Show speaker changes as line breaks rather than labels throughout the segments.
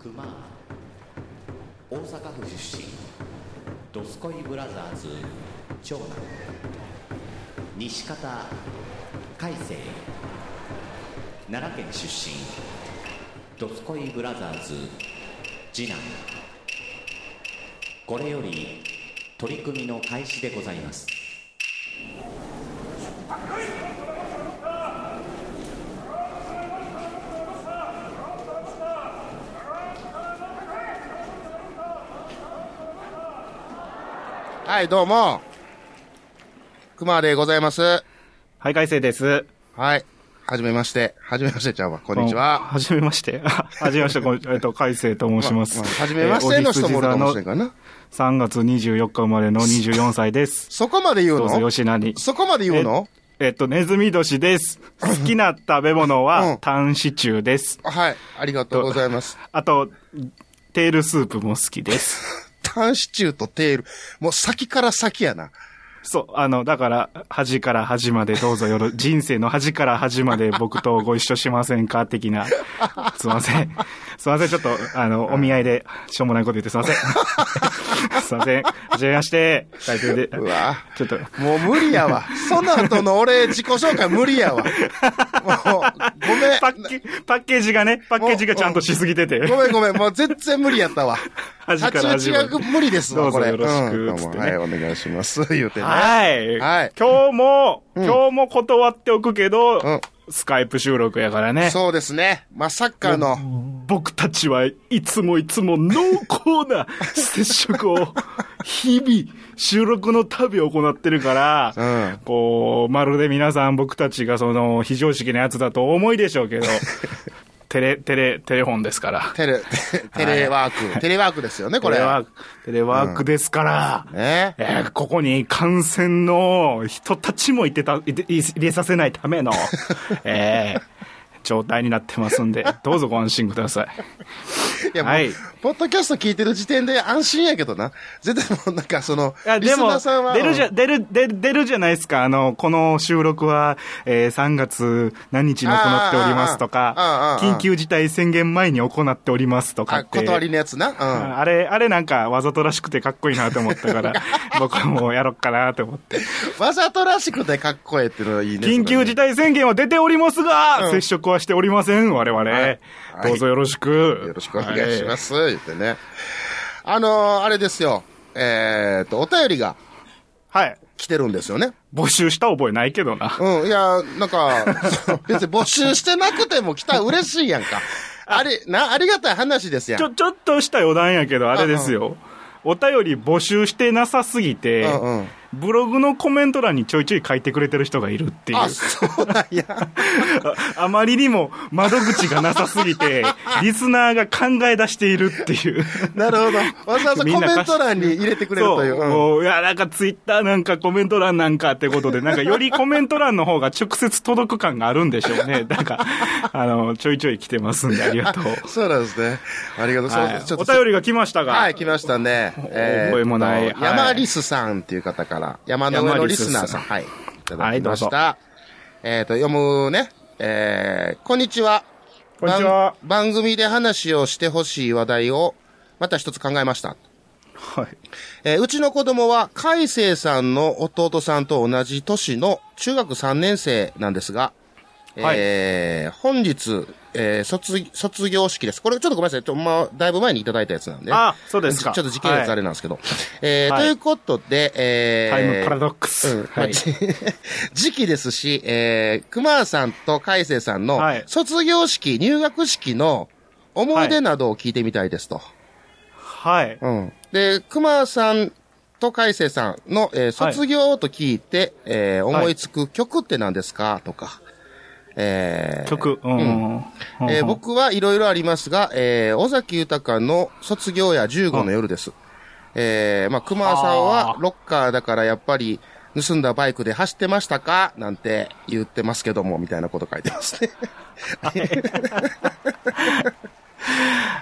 熊大阪府出身ドスコイブラザーズ長男西方海星奈良県出身ドスコイブラザーズ次男これより取り組みの開始でございます
はい、どうも。熊でございます。
はい、海星です。
はい。はじめまして。はじめまして、ちゃんは。こんにちは。
はじめまして。 あはじめまして、こんえっと、海星と申します。
ああはじめましての人もいるかもしれん
えー
からな。
おじすじ座の3月24日生まれの24歳です。
そこまで言う
どうぞ、
の
吉なに。
そこまで言うの
えっと、ネズミ年です。好きな食べ
う
物
ん
は、タンシチューです。
はい。ありがとうございます。
あと、テールスープも好きです。
タンシチューとテール。もう先から先やな。
そう、あの、だから、端から端までどうぞ よろ、人生の端から端まで僕とご一緒しませんか的な。すいません。すいません、ちょっと、あの、お見合いで、しょうもないこと言ってすいません。 すいません。はじめまして。大丈夫で。
うわ
ちょっと、
もう無理やわ。その後の俺、自己紹介無理やわ。もう、ごめん。
パッケ、パッケージがね、パッケージがちゃんとしすぎてて。
ごめんごめん。もう全然無理やったわ。
端から端まで
立ち打ちが無理ですわ、
どうぞ
これ。
よろしく
うんどう
つっ
も
てね
はい、お願いします。 言うてね。
はい。
はい
今日も、
ん
今日も断っておくけど、
うん
スカイプ収録やからね。
そうですね。まさかの。
僕たちはいつもいつも濃厚な接触を日々収録の旅を行ってるから、
うん
こう、まるで皆さん僕たちがその非常識なやつだとお思いでしょう けど、テレ、テレ、テレフォンですから。
テレ、テレワーク。テレワークですよね、これ。
テレワーク、テレワークですから、
ね
えーここに感染の人たちもいてた、いてい入れさせないた めの、えー状態になってますんで、どうぞご安心ください。
いや、もう
はい
ポッドキャスト聞いてる時点で安心やけどな。絶対もうなんかその、
いや、
リ
で
ス
も
ナーさんは、、
出るじゃ、出る、出る、出るじゃないですか。あの、この収録は、えー3月何日に行っておりますと
あーあーあーあ
か、
ーあー
緊急事態宣言前に行っておりますとか
あ、
って。
断りのやつな。
ああれ、あれなんかわざとらしくてかっこいいなと思っ たから、僕はもうやろっかなと思って。
うん。わざとらしくてかっこええっていうのはいいね。
緊急事態宣言は出ておりますが、
うん
接触はしておりません、我々。
い
どうぞよろしく。
よろしくお願いします。言ってね。あのー、あれですよ。えーっと、お便りが
はい。はい。
来てるんですよね。
募集した覚えないけどな。
うん、いや、なんか、 そう別に募集してなくても来たら嬉しいやんか。あれ、な、ありがたい話ですやん。
ちょ、ちょっとした余談やけど、あれですよ。お便り募集してなさすぎて、
うんうん
ブログのコメント欄にちょいちょい書いてくれてる人がいるっていう。
あ、そうなんや。
ああまりにも窓口がなさすぎ て、リスナーが考え出しているっていう。
なるほど。わざわざコ
みんな
メント欄に入れてくれるという。
そう、
うん
もういや、なんかツイッターなんかコメント欄なんかってことで、なんかよりコメント欄の方が直接届く感があるんでしょ うね。なんか、あの、ちょいちょい来てますんで、ありがとう。
そうなんですね。ありがとう。そう
はい
ちょっ
お
と
便りが来ましたが、
はい、来ましたね。
覚えもな
え
い
ーっと
はい
山リスさんっていう方から、山の上のリスナーさん。はい。いただきました。えーっと、読むね。えー、こんにちは。
こんにちは
番。番組で話をしてほしい話題を、また一つ考えました。
はい。
えーうちの子供は、海星さんの弟さんと同じ年の中学3年生なんですが、えー本日、えー卒、卒業式です。これちょっとごめんなさい。ちょまあ、だいぶ前にいただいたやつなんで。
あそうですか
ちょっと時系列あれなんですけど。えー
はい
ということで、えー
タイムパラドックス。
うんま
は
あ
い。
じ 時期ですし、えー、熊さんと海星さんの
はい
卒業式、入学式の思い出などを聞いてみたいですと。
はい。
うん。で、熊さんと海星さんの、えー
はい
卒業と聞いて、えー思いつく曲って何ですかとか。えー
曲、うん。
えー
うん
僕はいろいろありますが、えー、尾崎豊の卒業や15の夜です。えー、まあ、熊さんは
はあ
ロッカーだからやっぱり盗んだバイクで走ってましたかなんて言ってますけども、みたいなこと書いてますね。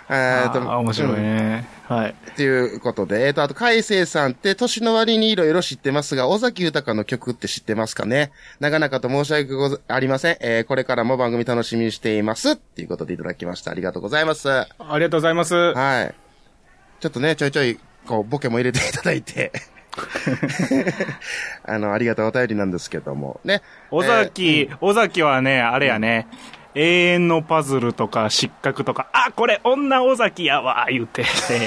えーと
あ面白いね。はい。
っていうことで、えっ、と、あと、海星さんって、年の割にいろいろ知ってますが、尾崎豊の曲って知ってますかねなかなかと申し訳ござありません。えーこれからも番組楽しみにしています。っていうことでいただきました。ありがとうございます。は
ありがとうございま
い。
す。
ちょっとね、ちょいちょい、こう、ボケも入れていただい て。 あの、ありがたいお便りなんですけども。ね。
尾崎、尾崎はね、あれやね、永遠のパズルとか失格とか、あ、これ女尾崎やわ、言うて、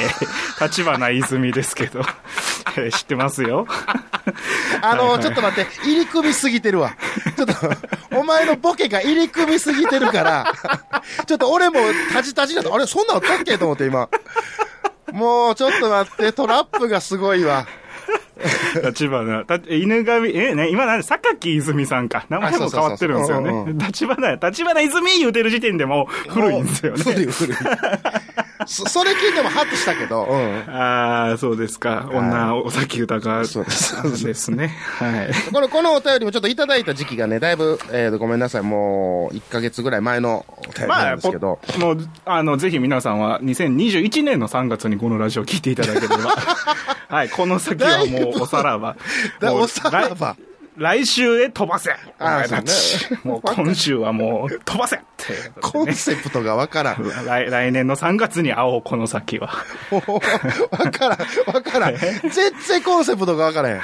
立花泉ですけど、 えー知ってますよ。
あの、ちょっと待って、入り組みすぎてるわ。ちょっと、お前のボケが入り組みすぎてるから、ちょっと俺もタジタジだと、あれ、そんなんあったっけと思って今。もう、ちょっと待って、トラップがすごいわ。
立花、た犬神、え、ね、今なんで、榊泉さんか。名前も変わってるんですよ
あそうそうそうそう
ね
う。
立花、立花泉言うてる時点でもう古いんですよ
もう古
ね。
い、古い。そ それ聞いてもハッとしたけど、うん。
ああ、そうですか。女、尾崎豊
そうです
ですね。はい。
この、このお便りもちょっといただいた時期がね、だいぶ、えー、ごめんなさい、もう、1ヶ月ぐらい前のお便り
ま
なん
あ、
です
ポ
けど、
もう、あの、ぜひ皆さんは2021年の3月にこのラジオを聞いていただけ れば。はい、この先はもうおさらば。
だ
もう
おさらば
来来週へ飛ばせお前たち
そうね
もう今週はもう飛ばせっていう
コ
こと
ン
でね
セプトがわからん。
来来年の3月に会おう、この先は。
もう わからん、わからん。全然コンセプトがわ からへん。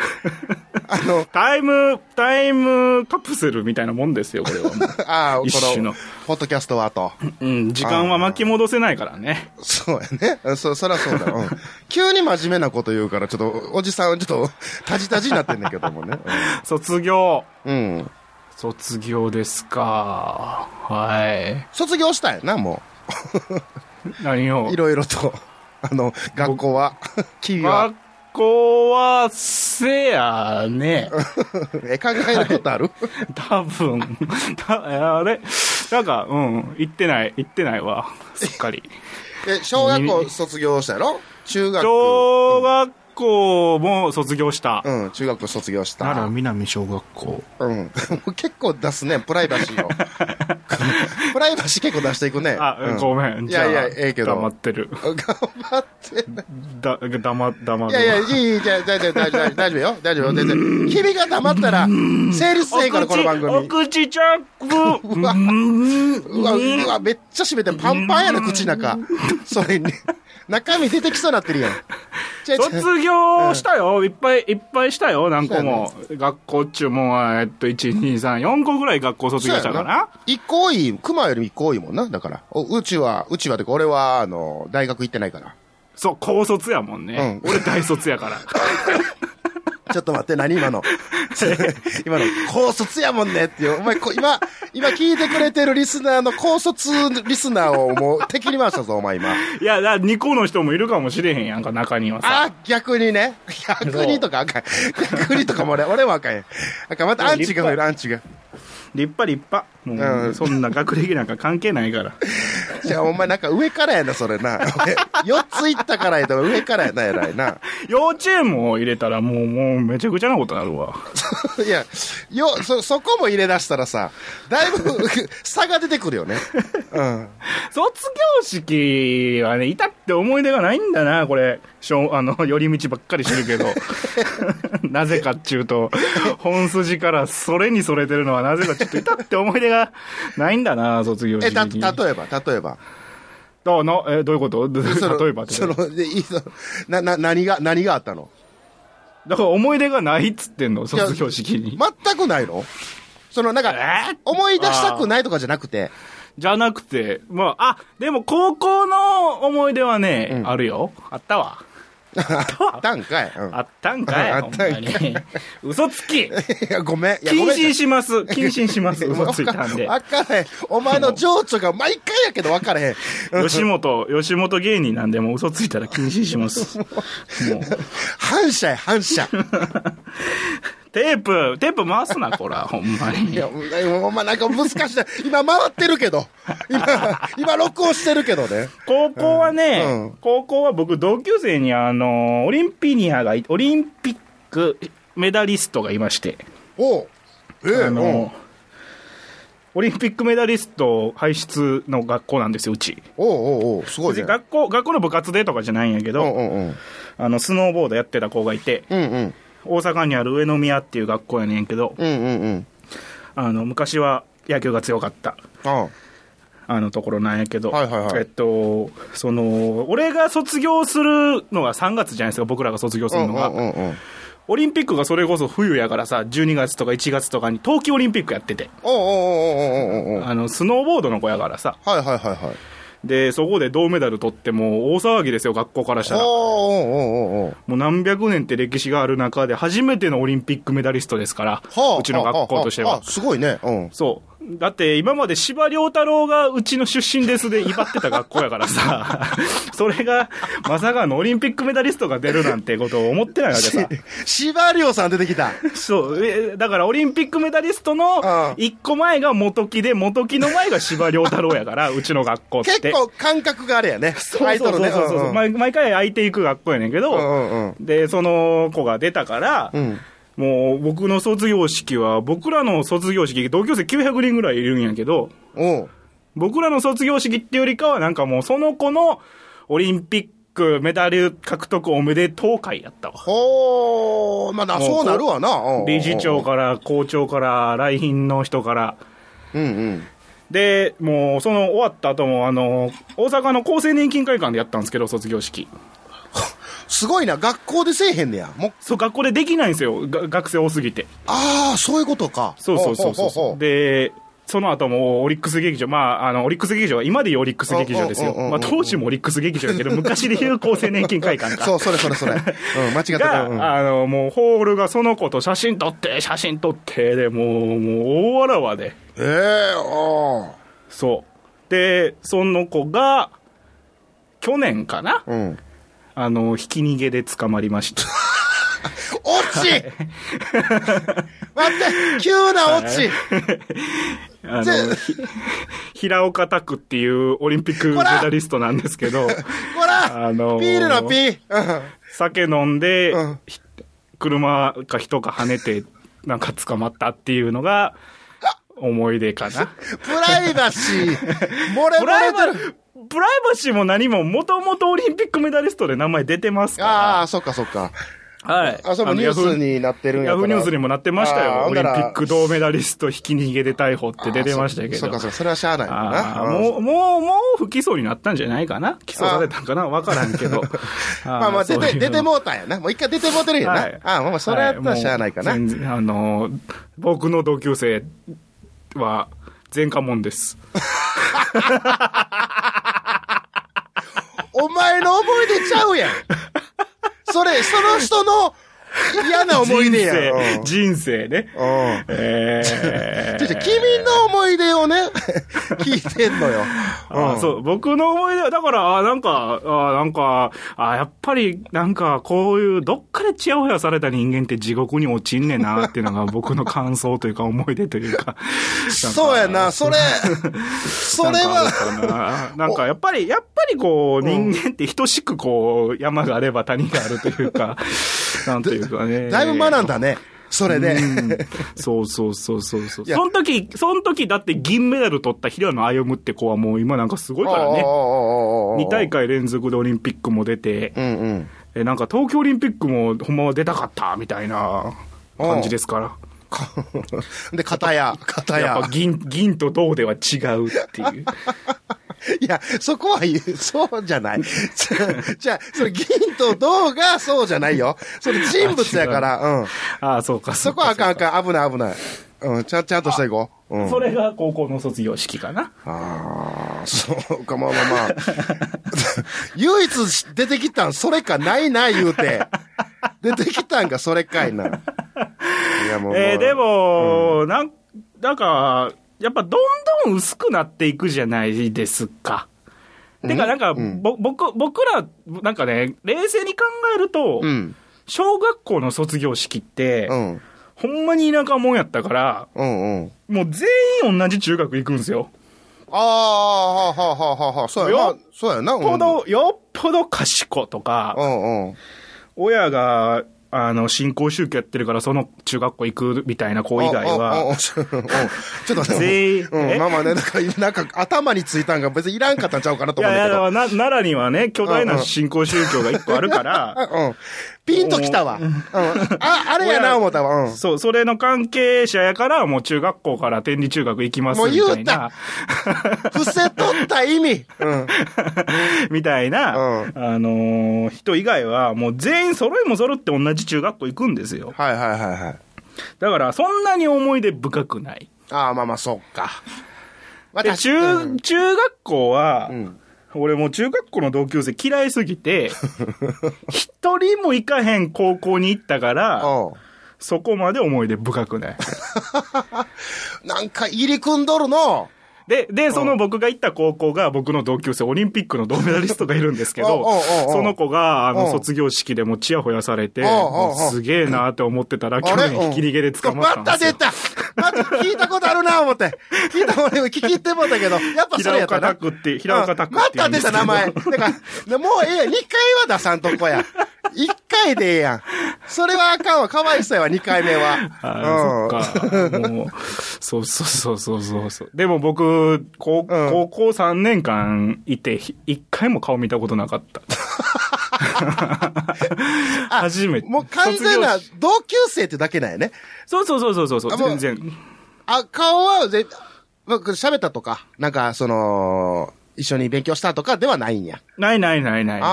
あの、。
タイム、タイムカプセルみたいなもんですよ、これはもう
ああ、こ
一種
の
の、
ポッドキャストはと。
うん、時間は巻き戻せないからね。
そうやね。そ、そらそうだ。うん。急に真面目なこと言うから、ちょっと、おじさん、ちょっと、タジタジになってんだけどもね。
卒業。
うん。うん
卒業ですか。はい。
卒業したんやな、も
何を
う。いろいろと。あの、学校は。君は
学。校は、せやね。
え、考えることある
多分。たあれなんか、うん。行ってない、行ってないわ。すっかり。
え、小学校卒業したやろ中学。
小学校も卒業した。
うん、中学校卒業した。
奈良南小学校。
うん。 もう結構出すね、プライバシ ーを。プライバシー結構出していくね。
あ、
う
ごめん。
い
じゃ
や
あ
いや、ええけど。
黙ってる。
頑張ってない。
だ、黙、黙
い
る。
やいや、いい、いい、じゃあ大丈夫、大丈夫、大丈夫よ。大丈夫よ、全然。君が黙ったら、成立せえから、この番組。
お口チャック。う
うわ、うわ、めっちゃ閉めて、パンパンやな、口の中。それに、中身出てきそうになって るやん。ちょいちょい
卒業したよ、いっぱいいっぱいしたよ、何個も。学校っちゅうもんは、えっと、1、2、3、4個ぐらい学校卒業したかな。
一個多い、熊より一個多いもんな、だから。おうちは、うちは、てか俺は、あの、大学行ってないから。
そう、高卒やもんね。
うん
俺大卒 やから。
ちょっと待って、何今の。 今の、高卒やもんねっていう。お前、こ今、今聞いてくれてるリスナーの高卒リスナーをもう敵に回したぞ、お前今。
いや、だ2個の人もいるかもしれへんやんか、中にはさ。
あ、逆にね。逆にとかあかん。逆にとかも俺、俺もあかんやん。あかん、またアンチが増える、アンチが。
立派立派。もう、
うん
そんな学歴なんか関係な いから。
じゃあ、お前なんか上からやな、それな。4ついったからやと上からやな、偉いな。
幼稚園も入れたらもう、もうめちゃくちゃなことになるわ。
いや、よ、そ、そこも入れ出したらさ、だいぶ 差が出てくるよね。うん。
卒業式はね、いたって思い出がないんだな、これ。しょあの、寄 り道ばっかりしてるけど。 なぜかっちゅうと、本筋からそれにそれてるのはなぜかちょっといたって思い出がないんだな、卒業式
え、た、例
に。
えば、例えば。
どうのえ、どういうことど
その
例えばって。
そ
だ
の
か、
でいいそのな、な、何が、何があったの
ら思い出がないっつってんの、卒業式に。
全くないのその、なんか、
えー
思い出したくないとかじゃなくて、
じゃなくて、まあ、あ、でも高校の思い出はね、
うん
あるよ。あっ たわ。
あったんかい。うん
あったんかい。
ああったんかい
ほんまに。嘘つき
い や、ごめん。いや、ご
謹
めん。
慎 します。謹慎します。嘘ついたんで。
わかわからへん。お前の情緒が毎回やけど分からへん。
吉本、吉本芸人なんでもう嘘ついたら謹慎 します。もう。
反射や、反射。
テープ、テープ回すな、こら、ほんま
い
に。
や、お前なんか難しいな。今回ってるけど。今、今録音してるけどね。
高校はね、
うんうん
高校は僕、同級生に、あの、オリンピニアがい、オリンピックメダリストがいまして、
おう。ええ
あの、オリンピックメダリスト輩出の学校なんですよ、うち。
おうおうおう、すごい
別
ね
に。学校、学校の部活でとかじゃないんやけ
うん
ど、
うんうん。
あの、スノーボードやってた子がいて、
うんうん。
大阪にある上宮っていう学校やねんけど、
うんうんうん。
あの、昔は野球が強かった、
あ
あのところなんやけど、
はいはいはい
えっと、その、俺が卒業するのが3月じゃないですか、僕らが卒業す
あ。う
る
ん
の
う
が。
んうんうん。
オリンピックがそれこそ冬やからさ、12月とか1月とかに冬季オリンピックやってて、
おうおうおうおうおうおうおう。
あの、スノーボードの子やからさ、
はいはいはいはい。
で、そこで銅メダル取ってもう大騒ぎですよ、学校からしたら。も
おうおうおうおうおう。
う何百年って歴史がある中で初めてのオリンピックメダリストですから、
はあ
うちの学校としては。
あああすごいね。うん。
そう。だって今まで司馬遼太郎がうちの出身ですで威張ってた学校やからさ、 それがまさかのオリンピックメダリストが出るなんてことを思ってないわけさ。
しばりょうさん出てきた。
そう。えだからオリンピックメダリスト
ああ
の一個前が元木で、元木の前が司馬遼太郎やから、うちの学校って。
結構感覚があれやね。
そうそうそうそうそう、
うんうん
毎。毎回空いていく学校やねんけど、
うんうん
で、その子が出たから、
うん。
もう僕の卒業式は、僕らの卒業式、同級生900人ぐらいいるんやけど、
うん。
僕らの卒業式ってよりかは、なんかもうその子のオリンピックメダル獲得おめでとう会やったわ。
ほー、まあな、
もう
そうなるわな。うん
理事長。から校長から来賓の人から。
うんうん。
で、もうその終わった後も、あの、大阪の厚生年金会館でやったんですけど、卒業式。
すごいな、学校でせえへんねや。もう
そう、学校でできないんですよ。が学生多すぎて。
ああ、そういうことか。
そうそうそうそ
ほうほう
う
ほうほう
で、その後もオリックス劇場、まあ、あの、オリックス劇場は今で言うオリックス劇場です
う
よ。
んうんうんうん
まあ、当時もオリックス劇場だけど、昔で言う厚生年金会館か。
そう、それそれそれ。うん、間違ってた。
が、
うん
あの、もうホールがその子と写真撮って、写真撮って、で、もう、もう大あらわで、
ええあ
そう。で、その子が、去年かな、
あ。うん。
あの、ひき逃げで捕まり ました。
落ち待って急な落ち、
あ
ぜ
の、ひ平岡拓っていうオリンピックメダリストなんです けど、
こら、
あのー
ピールのピー、うん
酒飲んで、
うん
ひ車か人か跳ねて、なんか捕まったっていうのが、思い出かな。
プライバシー漏れ
プライ
漏
バ
れてる
プライバシーも何も、もともとオリンピックメダリストで名前出てます
あ
か
あ、そっかそっか。
ら。はい。
あ、それもニュースになってるんや
ヤ
から。
フーニュースにもなってました
あー
よ。
ほ
オ
ん
リ
な
ンピ
ら
ック銅メダリスト、ひき逃げで逮捕って出てましたけ
そっ
ど
か。そっか、それはしゃあないわ
あ
な。
ー
うん
もう、もう、もう不起訴になったんじゃないかな起訴されたんかなわからんけ ど。
まあまあ、出て、出て
う
もうたんやな。もう一回出てもうてるん
そ
や
う
な。
いうの、
ああ、まあまあ、それやったら
はい
しゃあないかな。
もう全然あのー、僕の同級生は、前科者です。
お前の思い出ちゃうやん。それ、その人の嫌な思い出やん。うん
人生、人生ね。
うん
えー
ちょちょ君の思い出をね、 聞いてんのよ。
あーそう、僕の思い出は、だから、あーなんか、あーなんか、あーやっぱり、なんか、こういう、どっかでチヤホヤされた人間って地獄に落ちんねんなっていうのが僕の感想というか思い出とい うか。
そうやな、 それ、それ
なん
は、
かあるかな。なんか、やっぱり、やっぱりこう、人間って等しくこう、山があれば谷があるとい うか、なんというかね。
だいぶ学んだね。それで。
うんそうそうそうそうそう。
いや
その時、その時だって銀メダル取った平野歩夢って子はもう今なんかすごいからね。2大
会。
会連続でオリンピックも出て、
うんうん。
えなんか東京オリンピックもほんまは出たかったみたいな感じですから。
で、片や、片
や
や
っぱ。銀、銀と銅では違うっていう。
いや、そこは言う、そうじゃない。 じゃじゃあ、それ銀と銅がそうじゃないよ。それ人物やから、うん。
ああ、そうか。
そこはあかん
ん。
あかん、危ない危ない。うん、ちゃん、ちゃんとしていこう。うん。
それが高校の卒業式かな。
ああ、そうか、まあまあまあ。 唯一出てきたん、それか、ないない言うて。出てきたんが、それかいな。いや、もう。
えー
う
で、も、なん、なんか、やっぱどんどん薄くなっていくじゃないですか。てか、なんか、ぼ僕、僕ら、なんかね、冷静に考えると、
うん。
小学校の卒業式って、
うん。
ほんまに田舎もんやったから、
うんうん。
もう全員同じ中学行くんですよ。
ああ、はあはあはあはあ、そうやな
よ。
そうやな、うん
よっぽど、よっぽど賢とか、
うんうん。
親があの、新興宗教やってるから、その中学校行くみたいな子以外
あああ
は、
あそううんちょっとね、
全員
うん
え
まあまあね、なんか、なんか頭についたんが別にいらんかったんちゃうかなと
い
思うんだ
やい
けど。
や、な奈良にはね、巨大な新興宗教が一個あるから、
あうん。ピンときたわ。うん。あ、あれやな思ったわ。うん。
そう、それの関係者やから、もう中学校から天理中学行きます
もう
み
言
た
う
い
た
な、
伏せとった意味。うん。
みたいな、
うん
あのー人以外は、もう全員揃いも揃って同じ中学校行くんですよ。
はいはいはいはい。
だから、そんなに思い出深くない。
ああ、まあまあ、そっか。ま
で、中、中学校は、
ん
俺もう中学校の同級生嫌いすぎ て、一人も行かへん高校に行ったから、
う
そこまで思い出深くない。
ん。なんか、入り組んどるの。
で、で、その僕が行った高校が僕の同級生、オリンピックの銅メダリストがいるんですけ
おう
ど
おうおうお、う
その子が、あ
お
の、
う
卒業式でもうチヤホヤされて、
おうおうおう
もうすげえなーって思ってたら、去
あれ
年引き逃げで捕まったん
また
です
出
よ。
たまた聞いたことあるな、思って。聞いた俺も聞き入ってもうたけど、やっぱそれ
平
やったな。
岡拓って、平岡拓
ま
って言う
た
んで
出
す
た名
けど。
前。だから、もうええやん。2回は出さんとこや。1回でええやん。それはあかんわ。かわいそうやわ、2回目は。
あーそっか。もう、そうそうそうそうそうそう。でも僕、
う
高
ん
高校3年間いて、ひ一回も顔見たことなかった。初 めて。
もう完全な
卒業し
同級生ってだけなんやね。
そうそうそうそうそ
あ
う、
もう
全然。
あ、顔はぜ、まあ喋ったとか、なんか、その、一緒に勉強したとかではないんや。
ないないないない。
あ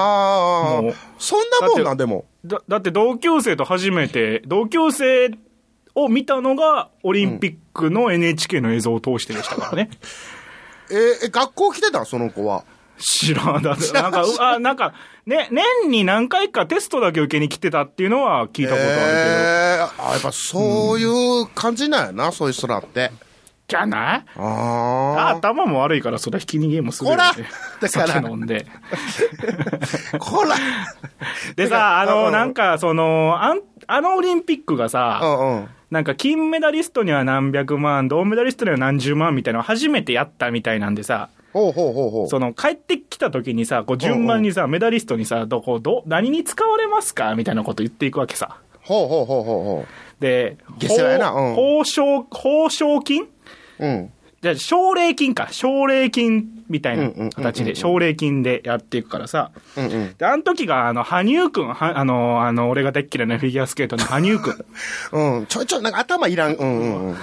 も
あ
う、
そんなもん
だ
な
っ
んでも。
だだって同級生と初めて、同級生を見たのが、オリンピックの NHK の映像を通してでしたからね。
えーえ、学校来てたんその子は。
知らんだって。なんか、うあ、なんか、ね、年に何回かテストだけ受けに来てたっていうのは聞いたことあるけど。
えーあやっぱそういう感じなんやな、そういう人らって。
じゃないあ
ああ。
頭も悪いから、そりゃひき逃げもするよ、ね。
こらだから
酒飲ん で。
こら。だから
でさ、あ
うんう
の、
ん
なんか、その、あんあのオリンピックがさ、
うんうん。
なんか金メダリストには何百万、銅メダリストには何十万みたいなのを初めてやったみたいなんでさ、
ほうほうほうほう。
その帰ってきた時にさ、こう順番にさ、メダリストにさ、どこ、ど、何に使われますかみたいなこと言っていくわけさ。
ほうほうほうほうほ
で、
下世話やなうん
報奨、報奨金
う。うん。
じゃあ奨励金か。奨励金みたい
うんうんうんうん
な形で、奨励金でやっていくからさ。
うんうん。
で、あの時が、あの、羽生くん、はあの、あの、俺が大っ嫌いなフィギュアスケートの羽生く ん。
うん。ちょいちょい、なんか頭いらん。うんうんうん。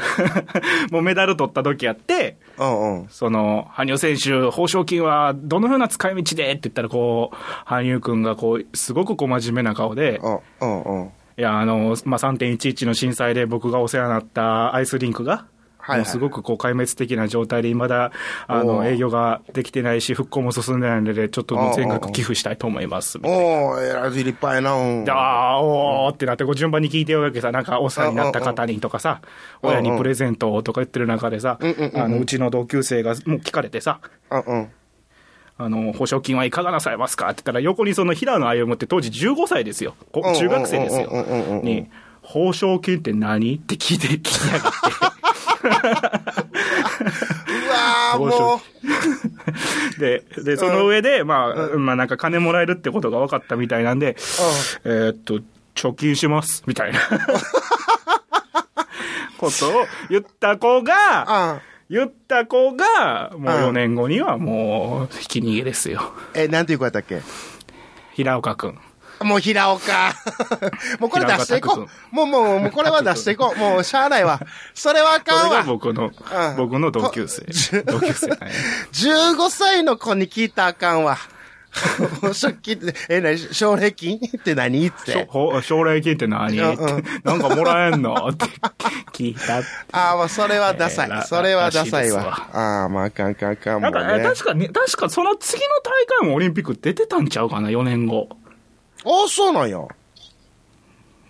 もうメダル取った時やって、
うんうん。
その、羽生選手、報奨金はどのような使い道でって言ったら、こう、羽生くんが、こう、すごくこう真面目な顔で、
うんうんうん。
いや、あの、まあ、3.11の震災で僕がお世話になったアイスリンクが、
はいはい
もうすごくこう壊滅的な状態で、まだ、あ
お
の、
ー
営業ができてないし、復興も進んでないので、ちょっともう全
おーおーお
額
ー
寄付したいと思います。
おお、えらい立派やな。うん。
であーおーってなって、こう順番に聞いてよわけさ、なんかお世話になった方にとかさ、
んうん
親にプレゼントをとか言ってる中でさ、あの、うちの同級生がもう聞かれてさ、
うんうん。
あの、保証金はいかがなさいますかって言ったら、横にその平野歩夢って当時15歳ですよ。
う
こ
んうんうん
中学生ですよ
うんうんうんう。ん
に、報奨金って何って聞いて、聞きやがって。
うわー、もう。
で、で、その上で、まあ、まあなんか金もらえるってことが分かったみたいなんで、えーっと、貯金します、み たいな。ことを言った子が、
あん。
言った子が、も
うん
う4年後にはもう、ひき逃げですよ。
え、なんていう子やったっけ
平岡くん。
もう平岡。 もうこれ出してい
平
こ
岡拓
う。もうもう、もうこれは出してい こう。もうしゃあないわ。それはあ
そ
か
れ
ん
が
わ。
僕の
う、ん
僕の同級生。 同級生。はい
15歳の子に聞いたらあかんわ。報奨金って、え、なに、奨励金って何っ
し ょ
て。
ほ将来金って何って
うんうん
なんかもらえんのって聞いた。
ああ、もうそれはダサ
えー
い。
ら
それはダサいわ。
らしいで
ああ、まああかんあかんあかん。も
な
うん
か、え
ね。
確かに、確かその次の大会もオリンピック出てたんちゃうかな、4年後。
ああ、そうなんや。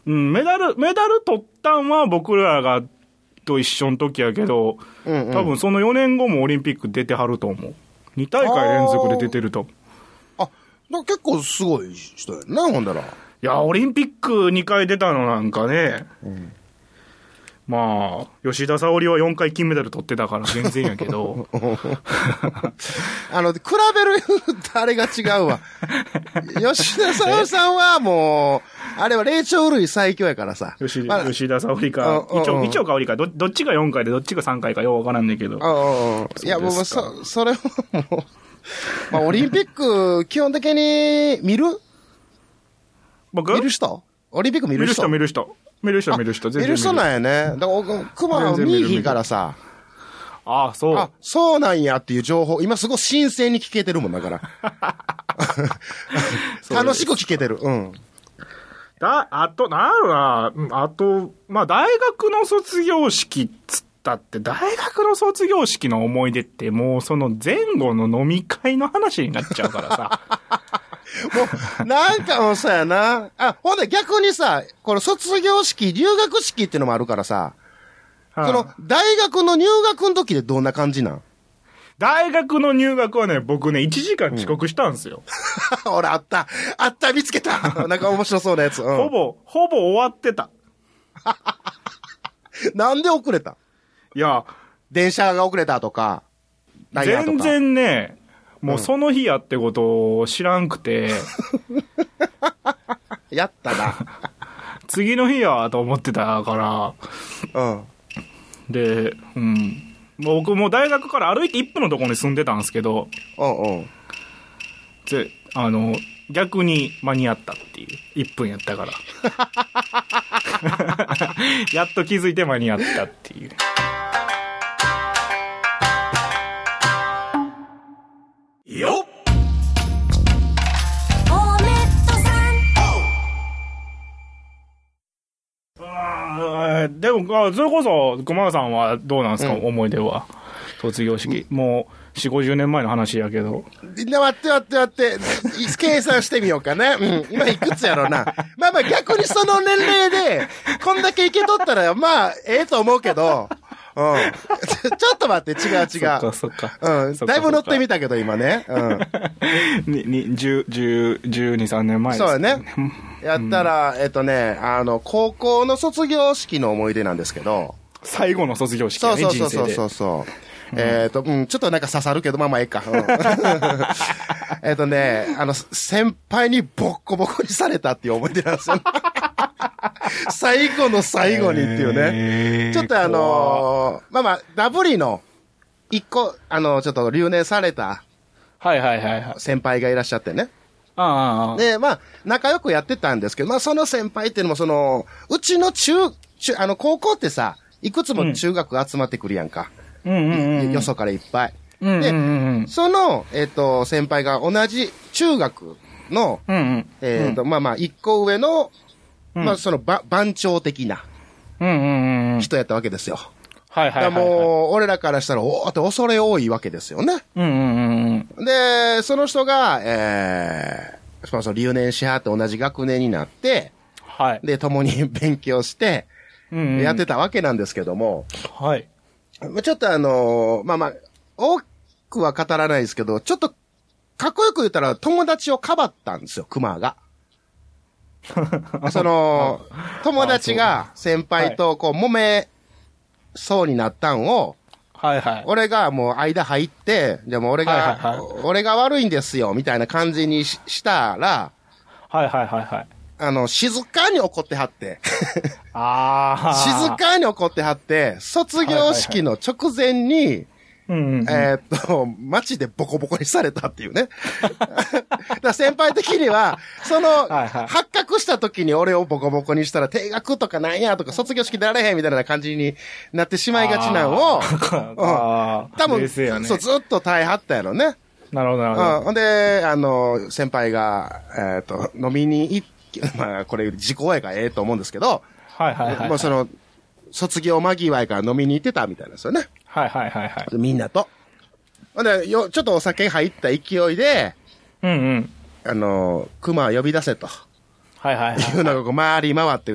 うん、メダル、メダル取ったんは僕らが、と一緒の時やけど、
うんうん
多分その4年後もオリンピック出てはると思う。2大会連続で出てると思う。
あ、だ結構すごい人やな、ほんだら。
いや、オリンピック2回出たのなんかね、まあ、吉田沙保里は4回金メダル取ってたから全然やけ ど、
あの、比べるあれが違う わ。吉田沙保里さんはもう、あれは霊長類最強やからさ。
吉
まあ
吉田沙保里か、
うんうん
一
うん
応、一応かおりかど、どっちが4回でどっちが3回かようわからんねんけど、
うんうんうんいや、
そう
も
で
う、
すか
そ、それはもう、まあ、オリンピック、基本的に見る
僕
見る人オリンピック見
見
る
る
人
人見る人。見る人見る人。全
見
然
る人なんやね。だから、熊は見いひんからさ、
ああ、そう。
あ、そうなんやっていう情報、今すごい新鮮に聞けてるもんだ から。
そう
楽しく聞けてる。うん。
だ、あと、なんやろな、うんあと、まあ、大学の卒業式っつったって、大学の卒業式の思い出って、もうその前後の飲み会の話になっちゃうからさ。
もう、 なんかもうさやな。あ、ほんで逆にさ、この卒業式、留学式っていうのもあるからさ、
はい
その、大学の入学の時でどんな感じなん
大学の入学はね、僕ね、1時間遅刻したんですよ。
俺、あった。あった、見つけた。 なんか面白そうなやつ。うん
ほぼ、ほぼ終わってた。
なんで遅れた
いや、
電車が遅れたとか、なんやと
全
か。
然ね、もうその日やってことを知らん くて、
やったな。
次の日やと思ってたから、
うん。
で、うん。もう僕もう大学から歩いて1分のところに住んでたんですけど、
うんうん。
で、あの、逆に間に合ったっていう。1分やったから。 やっと気づいて間に合ったっていう。よっ
オメットさん
あーでも、あそれこそ、熊田さんはどうなんですか、思い出は。卒業式。もう、4、50年前の話やけど。
みんな待って待って待って、計算してみようかね。うん。今いくつやろうな。まあまあ逆にその年齢で、こんだけいけとったら、まあ、ええと思うけど、うん。 ちょちょっと待って、違う違
そっか、
う。
そっか。
うん。だいぶ乗ってみ
た。
たけど、今ね。うん。
に、に、10、10 12、3年前です
そうやね。やったら、えっとね、あの、高校の卒業式の思い出なんですけど、
最後の卒業式
そ
や
う
ね、
そう
人
そうそ
生
う
で
そ。うそう。えっと、うん、ちょっとなんか刺さるけど、まあまあええ か。うんえっとね、あの、先輩にボッコボコにされたっていう思い出なんですよ。 最後の最後にっていう
へ
ね。
ー
ちょっとあのーまあまあ、ダブリの一個、あの、ちょっと留年された
はいはいはいはい。
先輩がいらっしゃってね。
ああああ、
で、まあ、仲良くやってたんですけど、まあ、その先輩っていうのも、その、うちの中、中、あの、高校ってさ、いくつも中学集まってくるやんか。
うんうんうん。
よそからいっぱい。
うんうんうんうん
で、その、えっ、と、先輩が同じ中学の、
うんうん。
えっ、と、まあまあ、一個上の、まあ、その、ば番長的な
うんうんうん。
人やったわけですよ。
はいはいはいはい。
だからもう、俺らからしたら、おーって恐れ多いわけですよね。
うんうんうんうん。
で、その人が、えー、その留年しはって同じ学年になって、
はい。
で、共に 勉強して、
うんうん
やってたわけなんですけども、
はい。
まあちょっとあのーまあまあ、多くは語らないですけど、ちょっと、かっこよく言ったら友達をかばったんですよ、熊が。その、友達が先輩とこう揉めそうになったんを、
はいはい。
俺がもう間入って、でも俺
はいはい
が
は、
俺が悪いんですよ、みたいな感じにししたら、
はいはいはいはい。
あの、静かに怒ってはって。
ああ。
静。かに怒ってはって、卒業式の直前に、
うんうんうん。
えーっと、街でボコボコにされたっていうね。 だから先輩的には、その、
はいはい
発覚した時に俺をボコボコにしたら、定額とかなんやとか、卒業式出られへんみたいな感じになってしまいがちなんを、
ああ。
多分、
冷静やね。
そう、ずっと耐えはったやろね。
なるほどなるほ
うん。
ど。
ほんで、あの、先輩が、えーっと、飲みに行っ まあ、これ、時効やからええと思うんですけど、
はいはいはい。
もうその、卒業間際やから飲みに行ってたみたいなんですよね。
はいはいはいはい。
みんなと。ほんで、よ、ちょっとお酒入った勢いで、
うんうん。
あの、熊を呼び出せと。
は いはいはい。
いうのがこう回り回って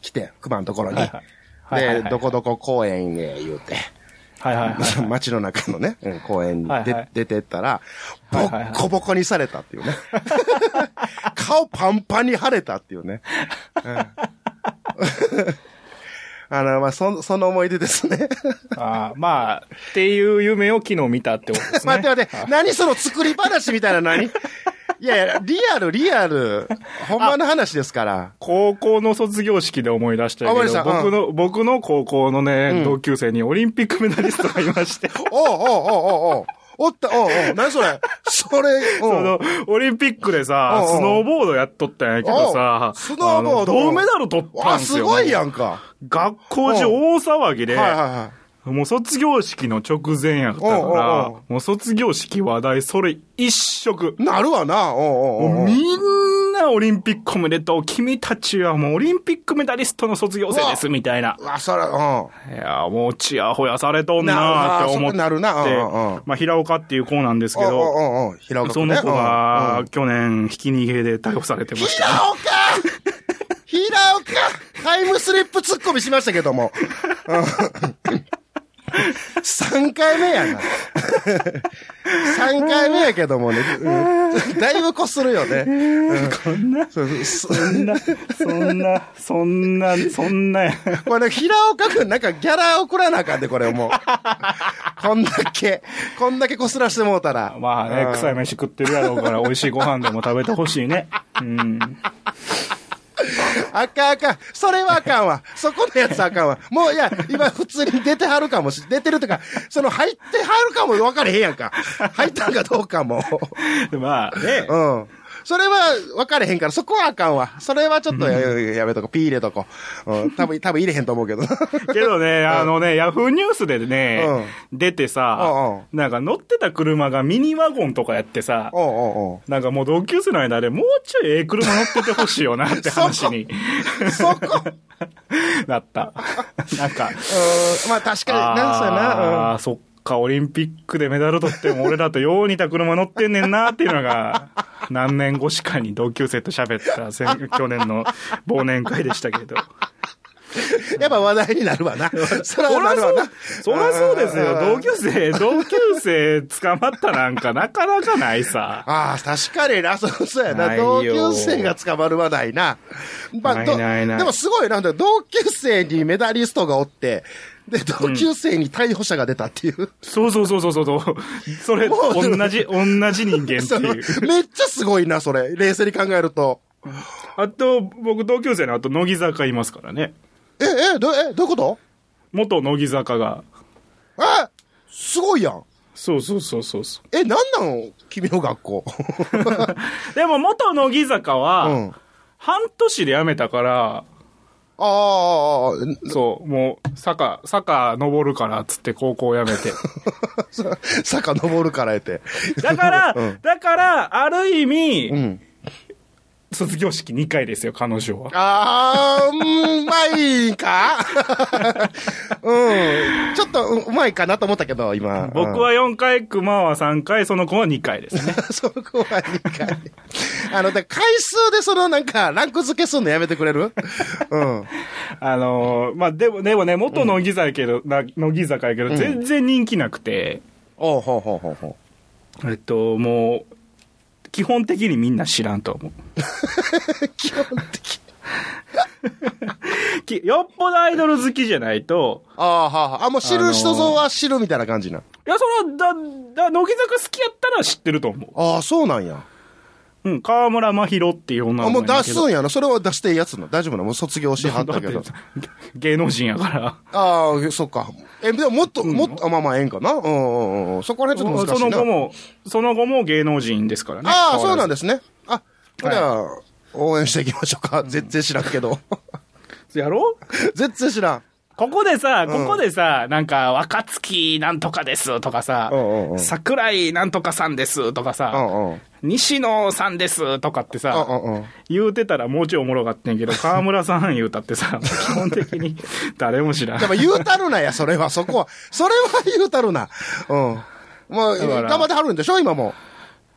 来て、熊のところに。
はいはいはいはいは
で、
い
どこどこ公園へ言うて、
はいはいはい。
街の中のね、うん公園にで、
はいはい
出てったら、ボ
はいはいはい
ッコボコにされたって いうね。 顔パンパンに腫れたっていうね。あの、まあ、そ、その思い出ですね。
あーまあ、っていう夢を昨日見たってことですね。
待って待って、何その作り話みたいな 何いやいや、リアル、リアル。ほんまの話ですから。
高校の卒業式で思い出したけ
あ
ど、
思い出したうん
僕の、僕の高校のね、
ん
同級生にオリンピックメダリストがいま して、
おうおうおうおうおうおった、おうおう何それそれ、おう
その、オリンピックでさ、
うんうん
スノーボードやっとったんやけどさ
お、スノーボード
あの銅メダル取った
あ、
んす
す
よ。
ごいやんか。
学校中大騒ぎで、
はいはいはい。
もう卒業式の直前やったか
おうおうお
ら、もう卒業式話題それ一色。
なるわな。おうおうおうお
も
う
うみんなオリンピックおめでとう。君たちはもうオリンピックメダリストの卒業生です、みたいな。
うわ、それ、うん。
いや、もうちやほやされとんなーって思って。
なるなそうなるなうんうんうん
まあ、平岡っていう子なんですけ
おうお
ど、
うおうおう平岡
そ
君ね
の子
う
が
ん
去年、ひき逃げで逮捕されてましたね。
平岡平岡タイムスリップ突っ込みしましたけども。3回目やな。3回目やけどもね。うんだいぶこするよね。
こんな、
そうそ
そん
う
な、そんな、そんな、そんな、
これ、平岡くん、なんかギャラ送らなあかんで、これもう。こんだけ、こんだけこすらしてもうたら。
まあ
う
ね、
ん
臭い飯食ってるやろうから、美味しいご飯でも食べてほしいね。うん。
あかんあかん。それはあかんわ。そこのやつあかんわ。もういや、今普通に出てはるかもし、出てるとか、その入ってはるかも分かれへんやんか。入ったんかどうかも。
でまあね、
うん。それは分かれへんから、そこはあかんわ。それはちょっとややめとこ、ピー入れとこ。うん。多分、 多分入れへんと思うけど。
けど ね、あのね、ヤフーニュースでね、出てさ、
う
なんか乗ってた車がミニワゴンとかやってさ、
おうおうお
なんかもう同級生の間でもうちょいええ車乗っててほしいよなって話
う。
に
そこ、うん。
なった。なんか、
まあ確かに、なんそうや
あ
な。
あ、そっか、オリンピックでメダル取っても俺だとよう似た車乗ってんねんなっていうのが、何年越しかに同級生と喋った先去年の忘年会でしたけど。
うん。やっぱ話題になるわな。 そら
そ
な
ら
る
そ
わ
う
な。、
そらそうですよ。
うん
同級生、同級生捕まったなんかなかなかないさ。
ああ、確かにな、 そうそうやな。
ないよ
同級生が捕まるはないな。まあ、ど
ないないない
でもすごいな、同級生にメダリストがおって、で、同級生に逮捕者が出たっていう。
そうそうそうそうそう。それ、
もう
同じ、同じ人間って
その
いう。
めっちゃすごいな、それ。冷静に考えると。
あと、僕同級生の後、乃木坂いますからね。
え、え、ど、え、どういうこと
元乃木坂が。
えすごいやん。
そうそうそうそうそう。
え、なんなの君の学校。
でも元乃木坂
う
は
ん、
半年で辞めたから、
ああ、
そう、もう、坂、坂登るから、つって高校辞め て。
さ 坂登るからえて。
だから、
うん
だから、ある意味、
うん。
卒業式2回ですよ、彼女は。
あー、うんうまい かうん。ちょっとううまいかなと思ったけど、今。
僕は4回、熊は3回、その子は2回ですね。
うん。そ こは2回。あの、だから回数でそのなんか、ランク付けすんのやめてくれるうん。
あのーまあ、でも、でもね、元乃木坂やけど、な乃木坂やけど、全然人気なくて、
おうほうほうほうほ
えっと、もう、基本的にみんな知らんと思う。
う。 基本的に。
きよっぽどアイドル好きじゃないと、
ああ、はあはあ、あ、もう知る人ぞは知るみたいな感じな。
いや、それは、だ、だ、乃木坂好きやったら知ってると思
ああ、そうなんや。
う。うん、河村真宏っていう女
あ、
の子
もう出
やけ
す
ど
んやな。それは出していいやつなの。大丈夫なのもう卒業しはったけ
だ
ど
っ。て 芸能人やから。
ああ、そっか。え、でももっと、もっと、あまあまあ、ええんかな。うんうんうんうん。そこら辺ちょっと難し
そ
い
の
な。
後も、その後も芸能人ですからね。
ああ、そうなん
で
ですね。あ、じゃあ、応援していきましょうか。全然知らんけど。
す。やろ
全然知らん。
ここでさ、ここでさ、なんか、若月なんとかですとかさ
うんうんう、ん
桜井なんとかさんですとか
う
さ、
んうん。
西野さんですとかって
うん
さ、
うんうん。
言うてたらもうちょいおもろかったんやけ ど、河村さん言うたってさ、基本的に誰も知らん
で。も言うたるなや、それは、そこは。それは言うたるな。うん。もう、
だから
頑張ってはるんでしょ今も。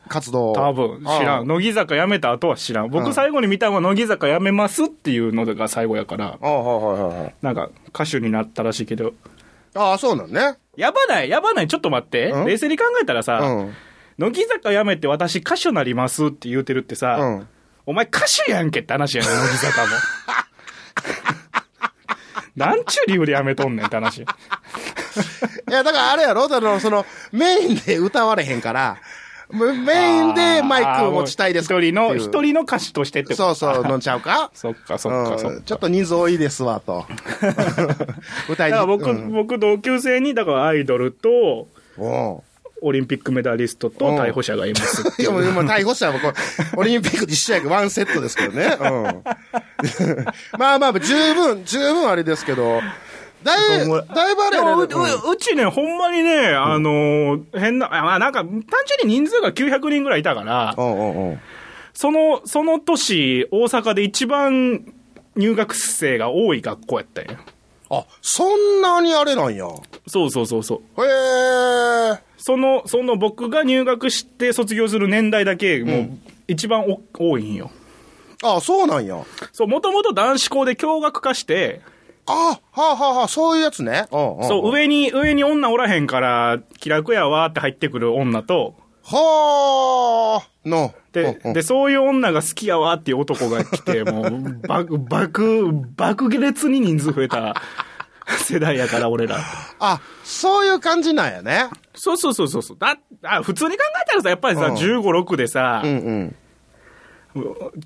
活動。
多分、知ら。。
うん
乃木坂辞めた後は知らん。
う
僕
ん
最後に見たのは乃木坂辞めますっていうのが最後やから、
ああ、はいはいはいはい。
なんか歌手になったらしいけど、
ああ、そうなんね。
やばない、やばない、ちょっと待って。
うん
冷静に考えたらさ、
うん。
乃木坂辞めて私歌手なりますって言うてるってさ、
うん
お前歌手やんけって話やね乃木坂も。なんちゅう理由でやめとんねんって
い
話。
や、だからあれやろだからその、メインで歌われへんから、メメインでマイクを持ちたいです
あー一人
っ
の、
ていう
一人の歌手としてってこと
そうそう、飲んちゃうか
そっかそっかそっか
うんちょっと人数多いですわ、と。歌
だ
い
から
に
僕、
うん
僕同級生に、だからアイドルと、
おう
オリンピックメダリストと
うん
逮捕者がいますって
い
い
や、
う。
もう今逮捕者はこう、オリンピック1試合がワンセットですけどね。うん。まあまあ、十分、十分あれですけど、だい
そう
ぶ、だいぶあれ
で
や
もう
ね
うううちね、ほんまにね、あのー変な、あまあなんか、単純に人数が900人ぐらいいたから
う、んうんうん。
その、その年、大阪で一番入学生が多い学校やったんや。
あ、そんなにあれなんや。へ
そうそうそうそう。
え。
その、その僕が入学して卒業する年代だけ、もう、一番お多いんよ。
あ、そうなんや。
そう、もともと男子校で共学化して、
あ、はあはあはあ、そういうやつね。うんうん。
そう、
上。
上に、上に女おらへんから、気楽やわって入ってくる女と、
はあ、の。
で、
うんうん
で、そういう女が好きやわっていう男が来て、も う、爆、爆、爆裂に人数増えた世代やから、俺ら。
あ、そういう感じなんやね。
そうそうそうそうそう。だ、あ、普通に考えたらさ、やっぱりさ、
うん
15、6でさ
う、んうん。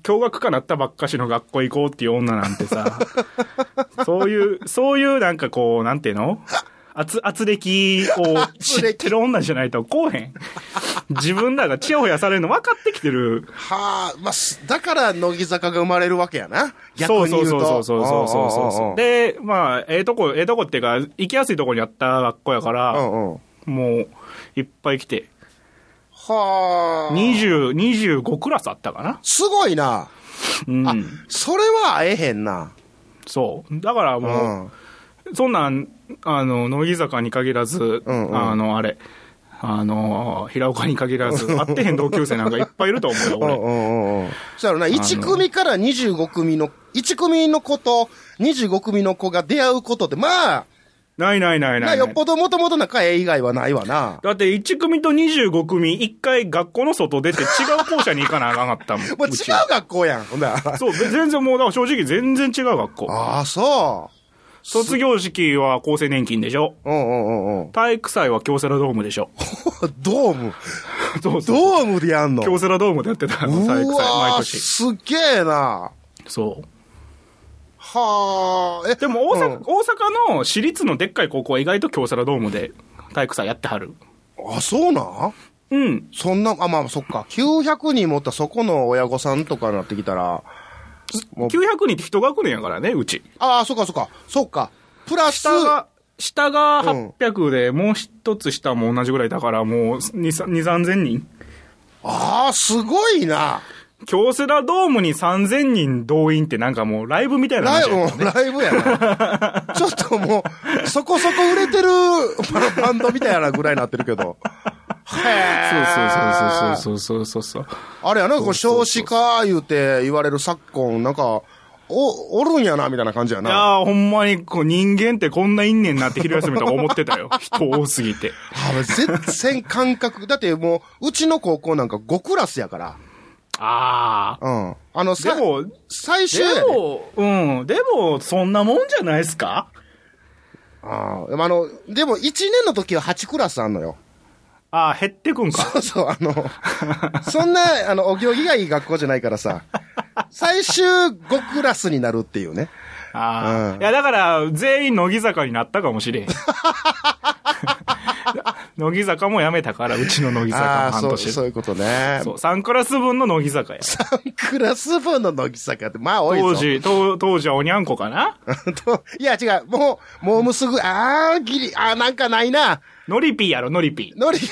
共学科なったばっかしの学校行こうっていう女なんてさ、 そういう、そういうなんかこう、なんていうの圧、圧力を知ってる女じゃないとこうへん。自分らがチヤホヤされるの分かってきてる。
はあ、まあ、すだから乃木坂が生まれるわけやな。逆
そう
に
そ
言
う
うと。
そうそうそうそうそうそう
うんうんうんうん
で、まあ、ええとこ、ええとこっていうか、行きやすいとこにあった学校やから、
うんうん。
もう、いっぱい来て、
はあ。
20、25クラスあったかな
すごいな。
うん。
あ、それは会えへんな。
そう。だから
う
もう、
ん。
そんなん、あの、乃木坂に限らず、
うんうん
あの、あれ、あの、平岡に限らず、会ってへん同級生なんかいっぱいいると思う
う
よ、
んう
俺。
んうんうん。そやろな、1組から25組の、1組の子と25組の子が出会うことって、まあ、
ないないない
な
ない
よ
ない
っ。ぽどもともと仲ええ以外はないわな。
だって1組と25組、1回学校の外出て違う校舎に行かなあかんかったもん。
もう違う
ち
学校やん、ほんな ら。
そう、べ全然もう、だから正直全然違う学校。
ああ、そ
卒業式は厚生年金でしょ。
う。うんうんうんうん。
体育祭は京セラドームでしょ。
ドーム。
そうそうそう
ドームでやんの。
京セラドームでやってたの、体育
うわ
祭、
ー
毎年。
すっげえな。
そう。
はあ。え、
でも大阪、
うん
大阪の私立のでっかい高校は意外と京セラドームで体育祭やってはる。
あ、そうなん
うん。
そんな、あ、まあ、そっか。900人持ったそこの親御さんとかになってきたら、もう
900人って一学年やからね、うち。
ああ、そっかそっか。そっか。プラス、
下が、下が
うん
800で、もう一つ下も同じぐらいだから、もう2、3000人。
ああ、すごいな。
京セラドームに3000人動員ってなんかもうライブみたいな
ライ
話
ブ、
や
うんライブや な。ちょっともう、そこそこ売れてるバンドみたいなぐらいになってるけ ど。へえ。うそうそうそうそう。
そうそうそうそうそうそうそう。
あれやな、こう少子化言うて言われる昨今、なんか、お、おるんやな、みたいな感じや
い
な。
やー、ほんまにこう人間ってこんないんねんなって昼休みとか思ってたよ。人多すぎ て。
あ全然感覚。だってもう、うちの高校なんか5クラスやから。
ああ。
うん。あの、
で
さ
も、
最終
で
やね。
も、うん、でも、そんなもんじゃないですか
ああ、でもあの、でも1年の時は8クラスあんのよ。
ああ、減ってくんか。
そうそう、あの、そんな、あの、お行儀がいい学校じゃないからさ、最終5クラスになるっていうね。
ああ、
うん
いや、だから、全員乃木坂になったかもしれん。 乃木坂もやめたから、うちの乃木坂
あ
も
あー、
半
そう、
年。
そ
そう
いうことね。
う、3クラス分の乃木坂や。
3クラス分の乃木坂って、まあ多いぞ。
当時、当当時はおにゃんこかな
と いや、違う。もう、もうむすぐ、ああ、ギリ、ああ、なんかないな。
ノリピーやろ、ノリピー。
ノリピ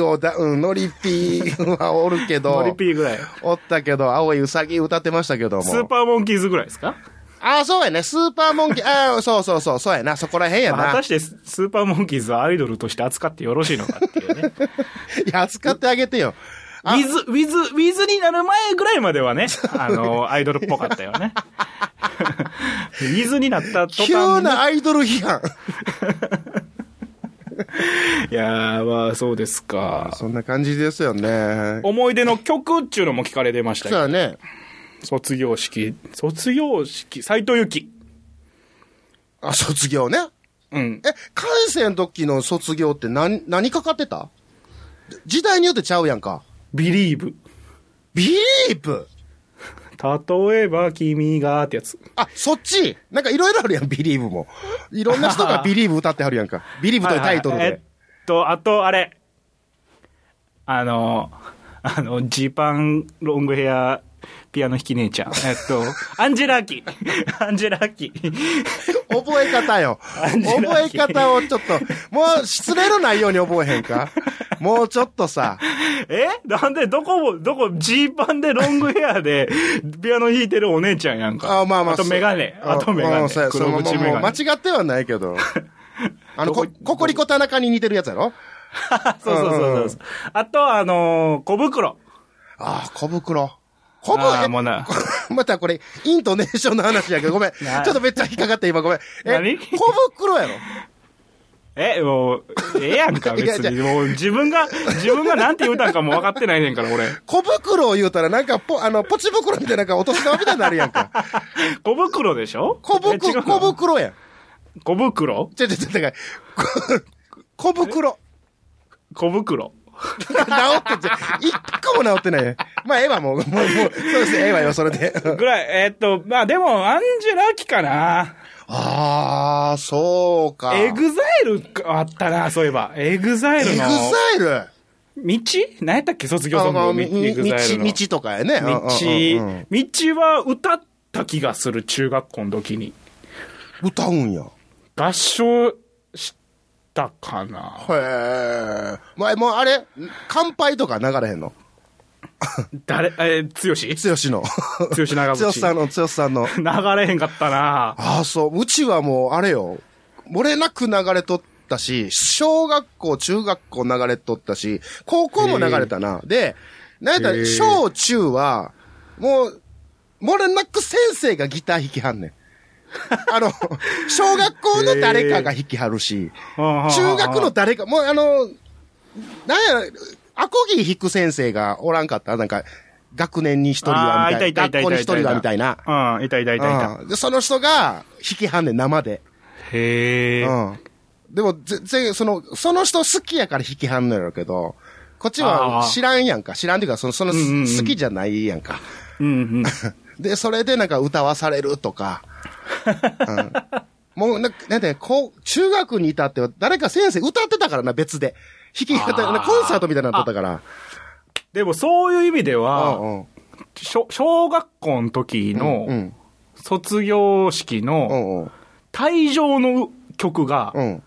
ーをだ、うん、ノリピーはおるけど。
ノリピーぐらい。
おったけど、青いウサギ歌ってましたけども。
スーパーモンキーズぐらいですか
ああ、そうやね。スーパーモンキー、ああ、そうそうそう、そうやな。そこら辺や
まあ果
な
た。してススーパーモンキーズはアイドルとして扱ってよろしいのかっていうね。
いや、扱ってあげてよ。
ウィズ、ウィズ、ウィズになる前ぐらいまでは ね、あの、アイドルっぽかったよね。ウィズになった途
急
端に
なアイドル批判。
いやー、まあそうですか。
そんな感じですよね。
思い出の曲っていうのも聞かれてまし
そ
た
う
よ
だね。
卒業式、卒業式、斎藤由貴。
あ、卒業ね。
うん。
え、海星の時の卒業って何、何かかってた時代によってちゃうやんか。
ビリーブ。
ビリープ
例えば君がってやつ。
あ、そっちなんかいろいろあるやん、ビリーブも。いろんな人 がビリーブ歌ってはるやんか。ビリーブというタイトル
はいはいえ
で
っ。と、あと、あれ。あの、あの、ジーパン、ロングヘア、ピアノ弾き姉ちゃん。えっ と、アンジェラーキ。アンジェラーキ。
覚え方 よ。覚え方をちょっと、もう失礼のないように覚えへんかもうちょっとさ、
えなんで、どこも、どこ、ジーパンでロングヘアで、ピアノ弾いてるお姉ちゃんやんか。
あまあまあ。
あとメガネ。あとメガ
う
ネ
ん。そう
黒
そう
縁
もう
メ
もう間
ガネ。
違ってはないけ ど。あの、こ、ココリコ田中に似てるやつやろ
そうそうそうそう。あと、あの、小袋。
ああ、小袋。小
あ
袋
ーもうな
またこれ、イントネーションの話やけど、ごめん。ちょ
な
っとめっちゃ引っかかって、今ごめん。え、
何
小袋やろ
え、もう、ええやん か、
いや
別に。
じゃ
もう、自分が、自分がなんて言うたんかも分かってないねんから、俺。
小袋を言うたら、なんか、ポ、あの、ポチ袋みたいな、なんか、お年玉みたいになるやん か。
小袋でしょ
小
え違う
袋、
の
小袋やん。
小袋
ちょちょちょ、だから、こ小袋。
小袋。
治ってちゃう、一個も治ってないやん。まあ、ええわ、もう、もう、もう、そうですね、ええわよ、それ で。
ぐらい、えーっと、まあでも、アンジェラーキかな。
ああ、そうか。
エグザイルあったな、そういえば。エグザイ
エ
ル
グ
の。
ザイル
道何やったっけ卒業
あ
ソング
の、
の
み
み
み
エグ
道、
ザイルの。
道とかやね。うんうんうんうん、
道道は歌った気がする、中学校の時に。
歌うんや。
合唱したかな。
へえ。まあ、もうあれ、乾杯とか流れへんの
誰、えー、強し
強しの。
強 し長渕。
強しさんの、強しさんの。
流れへんかったな。
ああ、そう。うちはもう、あれよ。漏れなく流れとったし、小学校、中学校流れとったし、高校も流れたな。で、なんやった
へ
ら、
え
小中は、もう、漏れなく先生がギター弾きは んねん。あの、小学校の誰かが弾きはるし、中学の誰か、もうあの、なんや、アコギ弾く先生がおらんかったなんか、学年に一人はみたいな。学校に一人はみたいな。。
うん、いたいたいたいた。
うんで、その人が引きはんねん、生で。
へえ。
うん。でも、全然、その、その人好きやから引きはんのやろうけど、こっち
あ
は
ー
知らんやんか。知らんっていうか、その、その、
んうんうん
好きじゃないやんか。
うんうん。
で、それでなんか歌わされると か。うんもう、なんか、なんて、こう、中学にいたっては、誰か先生歌ってたからな、別で。弾き語り、
あー
コンサートみたいなのだったから。
でもそういう意味で
う
は、
んうん
小小学校の時
う
の
ん。
卒業式
う
の
んうん。
退場の曲が、
うん。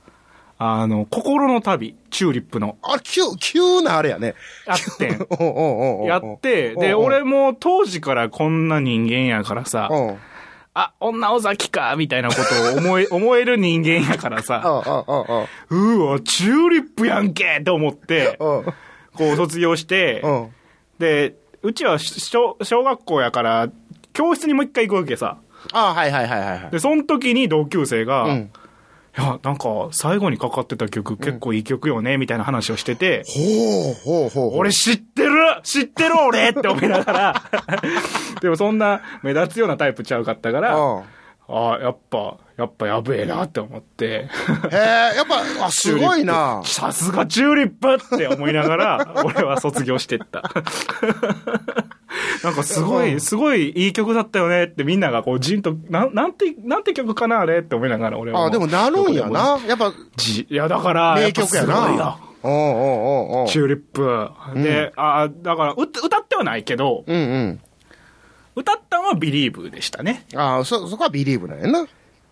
あの、心の旅、チューリップの、
あ、急、急なあれやね。
あってん
おうお うおうおう
やって、で、
おうおう
俺も当時からこんな人間やからさ、
うん。
あ、女尾崎か、みたいな ことを思え、思える人間やから
あ
さ、
あ、ああ、あ
うわ、チューリップやんけって思って、
あ。うん。
こう卒業して、
うん。
で、うちは小小学校やから、教室にもう一回行くわけさ。
ああ、はいはいはいはいはい。
で、その時に同級生が、
う
い
ん。
や、なんか、最後にかかってた曲結構いい曲よね、みたいな話をしてて、
ほう、ほう、ほう。
俺知ってる知ってる俺 って思いな がら、でもそんな目立つようなタイプちゃうかったから、
うん。
ああ、やっぱ、やっぱやべえなって思って。。
へえ、やっぱ、あ、すごいな
さすがチューリップって思いなが ら、俺は卒業してった。 なんかすごい、すごいいい曲だったよねってみんながこうじんと、なんなんて、なんて曲かなあれって思いながら俺は。
あ、でもなるんや。な。やっぱ、
じいやだから、
名曲や
っぱすごい
な
よ。
おうおうおうおう
チューリップ。で、ああだから歌、歌ってはないけど、
うんうん。
歌ったのはビリーブでしたね。
ああ、そ、そこはビリーブなんやな。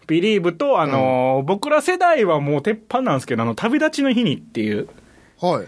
ビリーブと、あのー僕ら世代はもう鉄板なんですけど、あの、旅立ちの日にっていう。
はい。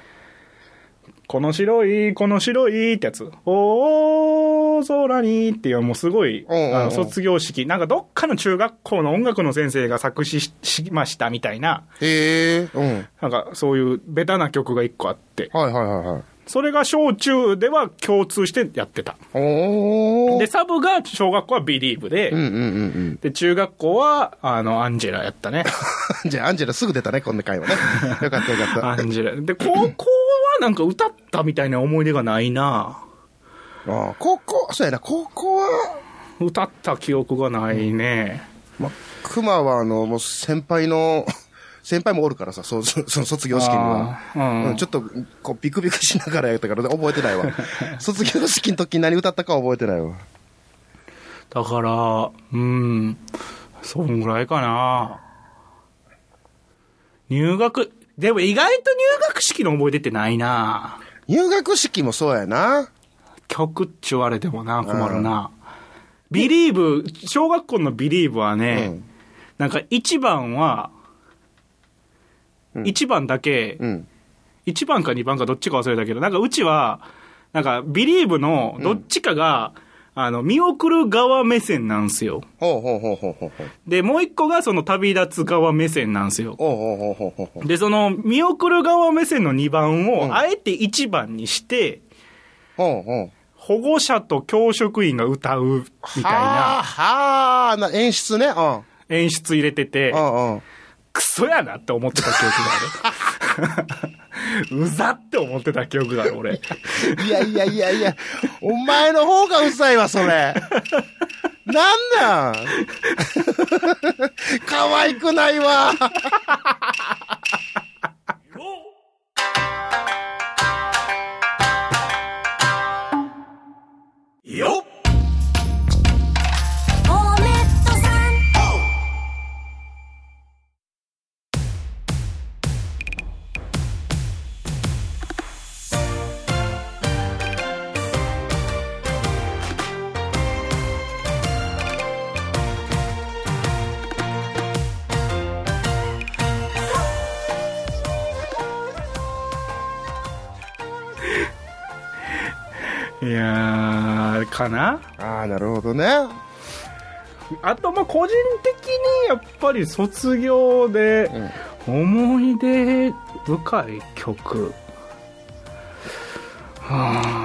この白い、この白いってやつ。おー、空にっていう、もうすごい、
うんうんうん
あの卒業式。なんかどっかの中学校の音楽の先生が作詞ししましたみたいな、
へえ、うん。
なんかそういうベタな曲が一個あって。
はいはいはいはい。
それが小中では共通してやってた。
おお。
で、サブが小学校はビリーブで、
うんうんうん
で、中学校は、あの、アンジェラやった ね。
うん。じゃあ、アンジェラすぐ出たね、こんな回はね。よかったよ かった。
アンジェラ。で、高校はなんか歌ったみたいな思い出がないな
ああ高校、そうやな、高校は、
歌った記憶がないね。
ま、熊は、あの、もう先輩の、 先輩もおるからさ、そそその卒業式には。
あーうん
うんちょっと、こう、ビクビクしながらやったから、覚えてない わ。卒業式の時に何歌ったか覚えてないわ。
だから、うん、そんぐらいかな。入学、でも意外と入学式の思い出ってないな。
入学式もそうやな。
曲って言われてもな、困るな。ビリーブ、小学校のビリーブはね、
うん
なんか1番は、1番だけ、
うん。
1番か2番かどっちか忘れたけど、なんかうちは、なんかビリーブのどっちかが、あの、見送る側目線なんですよ。
ほうほうほうほうほうほう。
で、もう一個がその旅立つ側目線なんですよ。
ほうほうほうほうほうほう。
で、その見送る側目線の2番
ん
を、あえて1番にして、
ほうほう。
保護者と教職員が歌うみたい
はあ
な
はあ、な演出ね。うん。
演出入れてて
う、んうん。
クソやなって思ってた記憶があ る。うざって思ってた記憶がある、俺。
いやいやいやいや、お前の方がうざいわ、それ。なんなん 可愛くないわ。
よっ
おめっとさん
いやー、かな
ああ、なるほどね。
あと、まあ、個人的にやっぱり卒業で、思い出深い曲。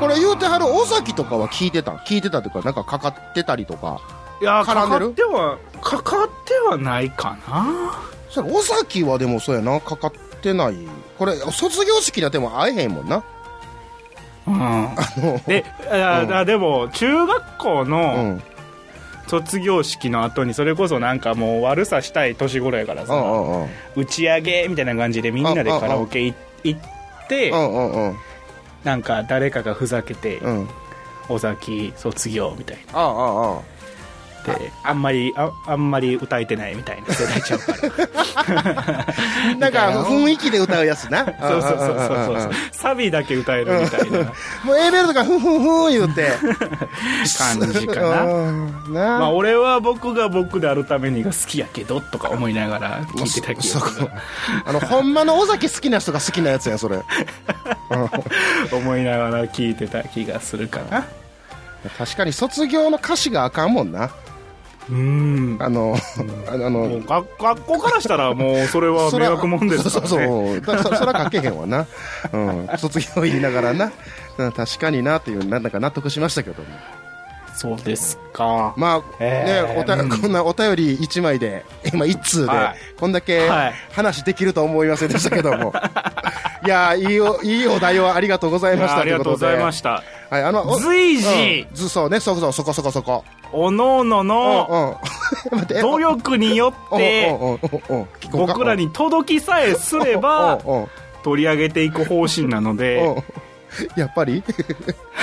これ言うてはる尾崎とかは聞いてた聞いてたというか、なんかかかってたりとか。
いやー、
絡
か
ん
か
でる
っては、かかってはないかな。
それ、尾崎はでもそうやな、かかってない。これ、卒業式だっても会えへんもんな。
うん。で、あ
うん
あでも、中学校
う
の
ん。
卒業式の後に、それこそなんかもう悪さしたい年頃やから
う
さ、
んうんうん。
打ち上げみたいな感じでみんなでカラオケい行って
う、んうんうん。
なんか誰かがふざけて、
うん。
尾崎卒業みたいな。
ああああああ。
ってあんまりああんまり歌えてないみたいな世代ちゃうから
なんか雰囲気で歌うやつな。
そうそうそうそうそ
ん
うん
んん
サビだけ歌えるみたいな
もう A ベルとかふんふんふん言うて。
感じかな
うんな
まあ俺は僕が僕であるためにが好きやけどとか思いながら聞いてた記
そ
憶
こ
が。
あの、ほんまの尾崎好きな人が好きなやつやん、それ。
思いながら聞いてた気がするかな
確かに卒業の歌詞があかんもんな。
うん
あの、あのあ
もう
の、
学学校からしたらもうそれは迷惑もんですからね
そらそうそう。だそそら書けへんわな。うん。卒業言いながらな。うん確かになっていう、なんだか納得しましたけども。
そうですか
まあ、
えー
ね、おた、
うん
こんなお便り1枚で、今1通で
は、
こんだけ
はい
話できると思いませんでしたけど も。いやー、いいお、いいお題をありがとうございました。
ありがとうございま
し
した
た。はい、あの、お
随時
うんず、そうね、そうそう、そこそこそこ。
おのおの
うん、うん
の。
待って、
努力によ
お
って
おおおおお聞こうか
僕らに届きさえすれ
お
ば
おお
取り上げていく方針なの
お
で
おやっぱり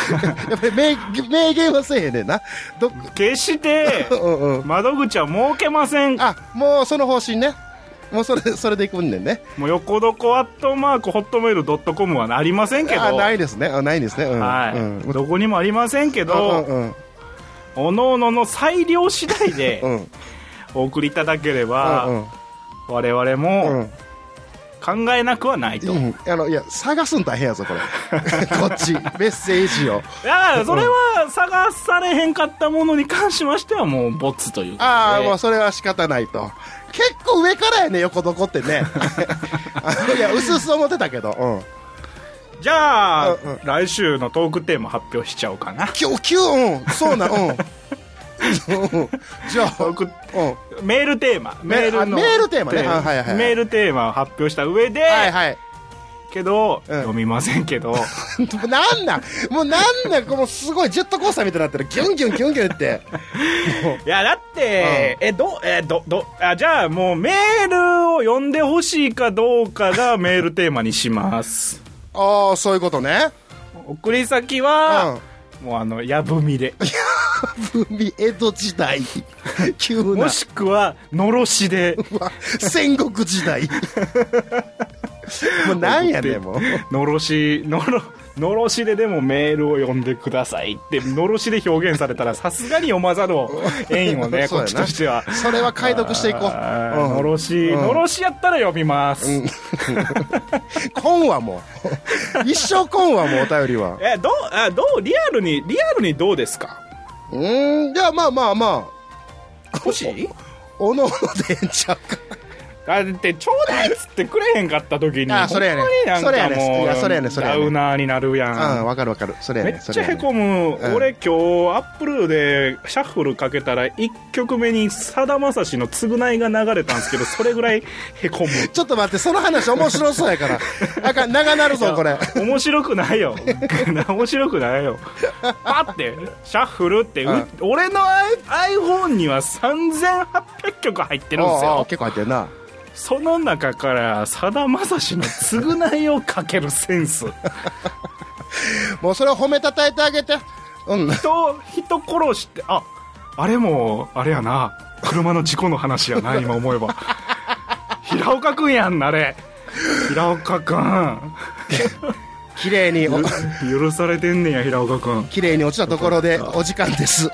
やっぱり名名言はせえへんねんな。ど、
決して
うんうん。
窓口は設けません
あ、もうその方針ね。もうそれ、それでいくんねんね。
もう横どこアットマークホットメールドットコムはありませんけど
あないですねあないですねうん
はい
うんうん
どこにもありませんけど、
うん
おのおのの裁量次第で
うんうん
お送りいただければ、
うん
我々
うん
も考えなくはないと、
う
だ
んあのいや探すん大変やぞこれこっちメッセージを
からそれは探されへんかったものに関しましてはもうボツということで
ああもうそれは仕方ないと結構上からやね横どこって ね あのいや薄々思ってたけど、うん、
じゃあ、
うんうん
来週のトークテーマ発表しちゃおうかな
きゅきゅうんそうなうんうんじゃあ、うん
トー、クメールテーマメールの
あメールテーマねあはいはいはい
メールテーマを発表した上で、
はいはい
けど、
うん
読みませんけど、
なんなんもうなんなんこのすごいジェットコースターみたいになってる。ギュンギュンギュンギュンって。
いや、だって、え、ど、え、ど、ど、あ、じゃあもうメールを読んでほしいかどうかがメールテーマにします。
ああ、そういうことね。
送り先
う
は
ん、。
もうあの、やぶみで。
海、江戸時代。急な
も。しくは、のろしで、
わ戦国時 代。もうなんやねん、もう。
のろし、のろ、のろしででもメールを読んでくださいって、のろしで表現されたら、さすがに読まざるをえんよ ね、
そう
こ
や
っ
な
ちとしては。
それは解読していこう。
あー
うん
のろし、
うん
のろしやったら読みます。
今はも う。一生今はもう、お便りは。
え、どう、あ、どう、リアルに、リアルにどうですか
うーん、じゃあまあまあまあ、
欲しい
おのおのでええんちゃうか。
だってちょうだいっつってくれへんかった時に
あそれやね
ほんまになんか
それやね
もう
いやそれやねそれやね
ダウナーになるや
うんん、わかるわかる。それや
め
ね
っちゃへ
へ
こむ、
うん
俺今日アップルでシャッフルかけたら1曲目にさだまさしの「償い」が流れたんですけどそれぐらい へこむ
ちょっと待って、その話面白そうや から。あかん、長なるぞ、これ。
面白くないよ 面白くないよパッてシャッフルって、う
うん
俺の iPhone には3800曲入ってるんです
おうおう
よ
結構入ってるな。
その中からさだまさしの「償い」をかけるセンス
もうそれを褒めたたえてあげて。うん。
人人殺しってああれもあれやな車の事故の話やな今思えば平岡君やんなあれ平岡君
綺麗に、お
許されてんねんや平岡君
綺麗に落ちたところで、お時間です。